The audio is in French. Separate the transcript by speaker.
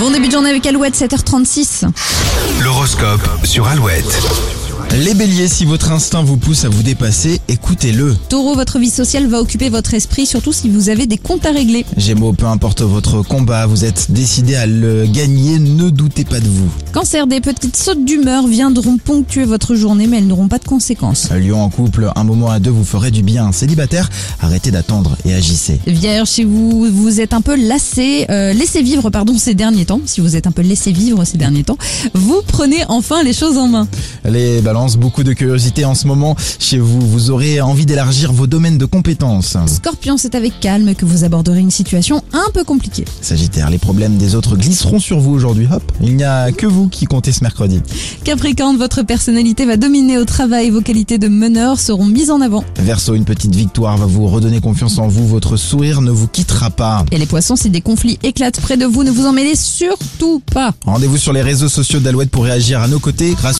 Speaker 1: Bon début de journée avec Alouette, 7h36.
Speaker 2: L'horoscope sur Alouette.
Speaker 3: Les béliers, si votre instinct vous pousse à vous dépasser, écoutez-le.
Speaker 1: Taureau, votre vie sociale va occuper votre esprit, surtout si vous avez des comptes à régler.
Speaker 3: Gémeaux, peu importe votre combat, vous êtes décidé à le gagner, ne doutez pas de vous.
Speaker 1: Cancer, des petites sautes d'humeur viendront ponctuer votre journée, mais elles n'auront pas de conséquences.
Speaker 3: Lion en couple, un moment à deux vous ferez du bien. Célibataire, arrêtez d'attendre et agissez.
Speaker 1: Vierge, si vous vous êtes un peu lassé, euh, laissez vivre pardon ces derniers temps, si vous êtes un peu laissé vivre ces derniers temps, vous prenez enfin les choses en main.
Speaker 3: Les balances, beaucoup de curiosité en ce moment chez vous. Vous aurez envie d'élargir vos domaines de compétences.
Speaker 1: Scorpion, c'est avec calme que vous aborderez une situation un peu compliquée.
Speaker 3: Sagittaire, les problèmes des autres glisseront sur vous aujourd'hui. Hop, il n'y a que vous qui comptez ce mercredi.
Speaker 1: Capricorne, votre personnalité va dominer au travail, vos qualités de meneur seront mises en avant.
Speaker 3: Verseau, une petite victoire va vous redonner confiance en vous. Votre sourire ne vous quittera pas.
Speaker 1: Et les poissons, si des conflits éclatent près de vous, ne vous en mêlez surtout pas.
Speaker 3: Rendez-vous sur les réseaux sociaux d'Alouette pour réagir à nos côtés grâce